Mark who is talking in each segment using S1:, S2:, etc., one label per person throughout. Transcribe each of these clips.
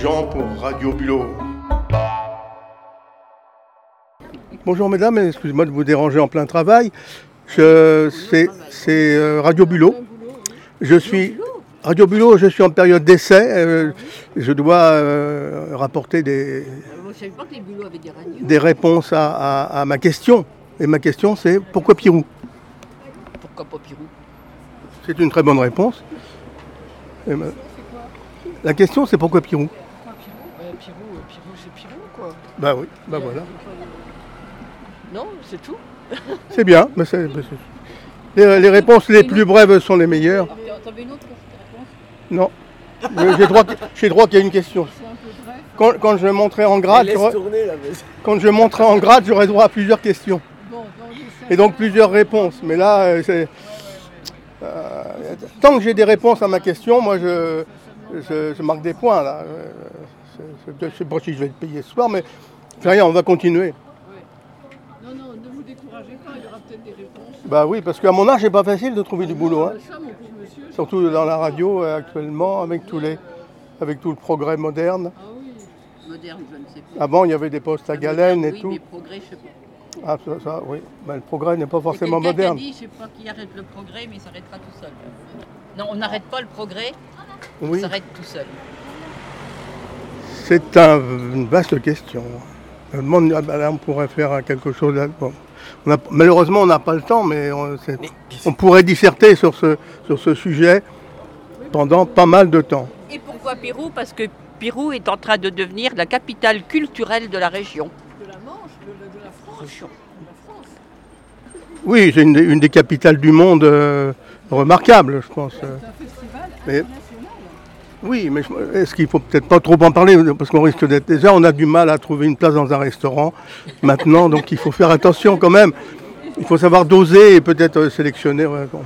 S1: Jean pour Radio Bulot. Bonjour mesdames, excusez-moi de vous déranger en plein travail. Je- C'est c'est, euh, Radio Bulot. Je suis Radio Bulot, je suis en période d'essai. euh, je dois euh, rapporter des,
S2: Moi, je ne savais pas que les bulots avaient des radios.
S1: des réponses à, à- à ma question. Et ma question c'est pourquoi Pirou
S2: Pourquoi pas Pirou
S1: C'est une très bonne réponse. Et ma- La question c'est pourquoi Pirou
S2: Euh, Pirou, euh, Pirou, c'est Pirou, quoi.
S1: Bah oui, bah voilà.
S2: Non, c'est tout.
S1: C'est bien. mais c'est- mais c'est- les, les réponses les plus brèves sont les meilleures.
S2: Tu as entendu une autre
S1: Non. Mais J'ai droit, j'ai droit qu'il y ait une question. Quand, quand je monterai en grade, j'aurai- quand je monterai en grade, j'aurai droit à plusieurs questions. Et donc plusieurs réponses. Mais là, euh, c'est. euh, tant que j'ai des réponses à ma question, moi je, je, je marque des points là. Euh, c'est- c'est- Je ne sais pas si je vais le payer ce soir, mais c'est rien, on va continuer.
S3: Non, non, ne vous découragez pas, il y aura peut-être des réponses. Ah,
S1: Bah oui, parce qu'à mon âge, c'est pas facile de trouver du boulot. hein.
S3: Ça, mon pauvre monsieur,
S1: surtout dans la radio euh, actuellement, avec, tous les, avec tout le progrès moderne.
S3: Ah
S2: Moderne, je ne sais pas.
S1: Avant, il y avait des postes à galène et
S2: oui,
S1: tout.
S2: mais progrès, je sais pas. C'est
S1: Ah, ça, ça, oui. Ben, le progrès n'est pas
S2: quelqu'un
S1: forcément
S2: qui a
S1: moderne.
S2: dit, je sais pas qui arrête le progrès, mais il s'arrêtera tout seul. Non, on n'arrête pas le progrès,
S1: Oui,
S2: on s'arrête tout seul.
S1: c'est un- une vaste question. Je me demande, ah, ben là, on pourrait faire euh, quelque chose. là- bon. On a- malheureusement, on n'a pas le temps, mais on, c'est- on pourrait disserter sur ce, sur ce sujet pendant pas mal de temps.
S2: Et pourquoi Pirou Parce que Pirou est en train de devenir la capitale culturelle de la région.
S3: de la Manche, de, la- de la France.
S1: Oui, c'est une, des- une des capitales du monde euh, remarquable, je pense. euh.
S3: C'est un festival
S1: Mais-
S3: international.
S1: Oui, mais je- est-ce qu'il faut peut-être pas trop en parler parce qu'on risque d'être déjà on a du mal à trouver une place dans un restaurant maintenant, donc il faut faire attention quand même. Il faut savoir doser et peut-être euh, sélectionner. ouais, bon.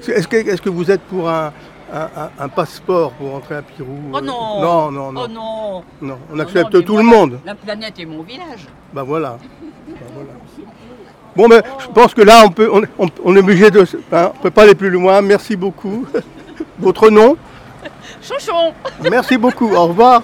S1: C'est- Est-ce que, est-ce que vous êtes pour un, un- un- un passeport pour entrer à Pirou
S2: Oh
S1: euh, Non,
S2: non
S1: non, non,
S2: Oh non Oh
S1: non. On
S2: Non,
S1: accepte
S2: non, mais
S1: tout
S2: moi,
S1: le
S2: la-
S1: monde.
S2: La planète est mon village.
S1: Ben voilà. Ben voilà. Bon, ben, je pense que là, on, peut, on, on- on est obligé de... se- hein, on peut pas aller plus loin. Merci beaucoup. Votre nom
S2: Chouchon
S1: Merci beaucoup. Au revoir.